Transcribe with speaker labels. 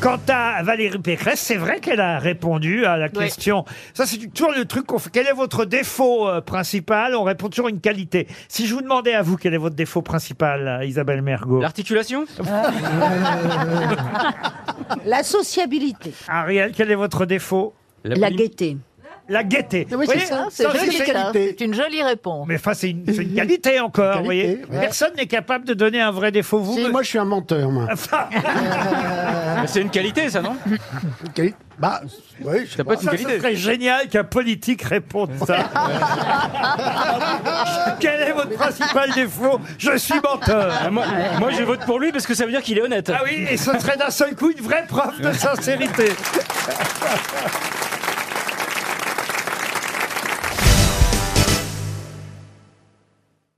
Speaker 1: Quant à Valérie Pécresse, c'est vrai qu'elle a répondu à la question. Ça, c'est toujours le truc qu'on fait. Quel est votre défaut euh, principal On répond toujours une qualité. Si je vous demandais à vous quel est votre défaut principal, euh, Isabelle Mergot
Speaker 2: L'articulation
Speaker 3: La sociabilité.
Speaker 1: Ariel, quel est votre défaut
Speaker 3: La gaieté.
Speaker 1: La gaieté. Vous
Speaker 3: Oui, c'est
Speaker 1: voyez,
Speaker 3: ça. C'est
Speaker 1: vrai
Speaker 3: joli,
Speaker 1: que
Speaker 3: ça.
Speaker 1: qualité.
Speaker 3: C'est une jolie réponse.
Speaker 1: Mais enfin, c'est une, c'est une qualité encore, vous voyez.
Speaker 4: ouais.
Speaker 1: Personne n'est capable de donner un vrai défaut. Vous, Ah,
Speaker 4: Si,
Speaker 1: me-
Speaker 4: moi, je suis un menteur, moi.
Speaker 1: Enfin,
Speaker 2: C'est une qualité, ça, non
Speaker 4: Ok. Bah, oui, je sais
Speaker 2: Ça peut
Speaker 4: pas.
Speaker 2: être une
Speaker 1: ça, ce
Speaker 2: qualité.
Speaker 1: serait génial qu'un politique réponde ça. Quel est votre principal défaut Je suis menteur.
Speaker 2: Ah, moi, moi, je vote pour lui parce que ça veut dire qu'il est honnête.
Speaker 1: Ah oui, et ce serait d'un seul coup une vraie preuve de sincérité.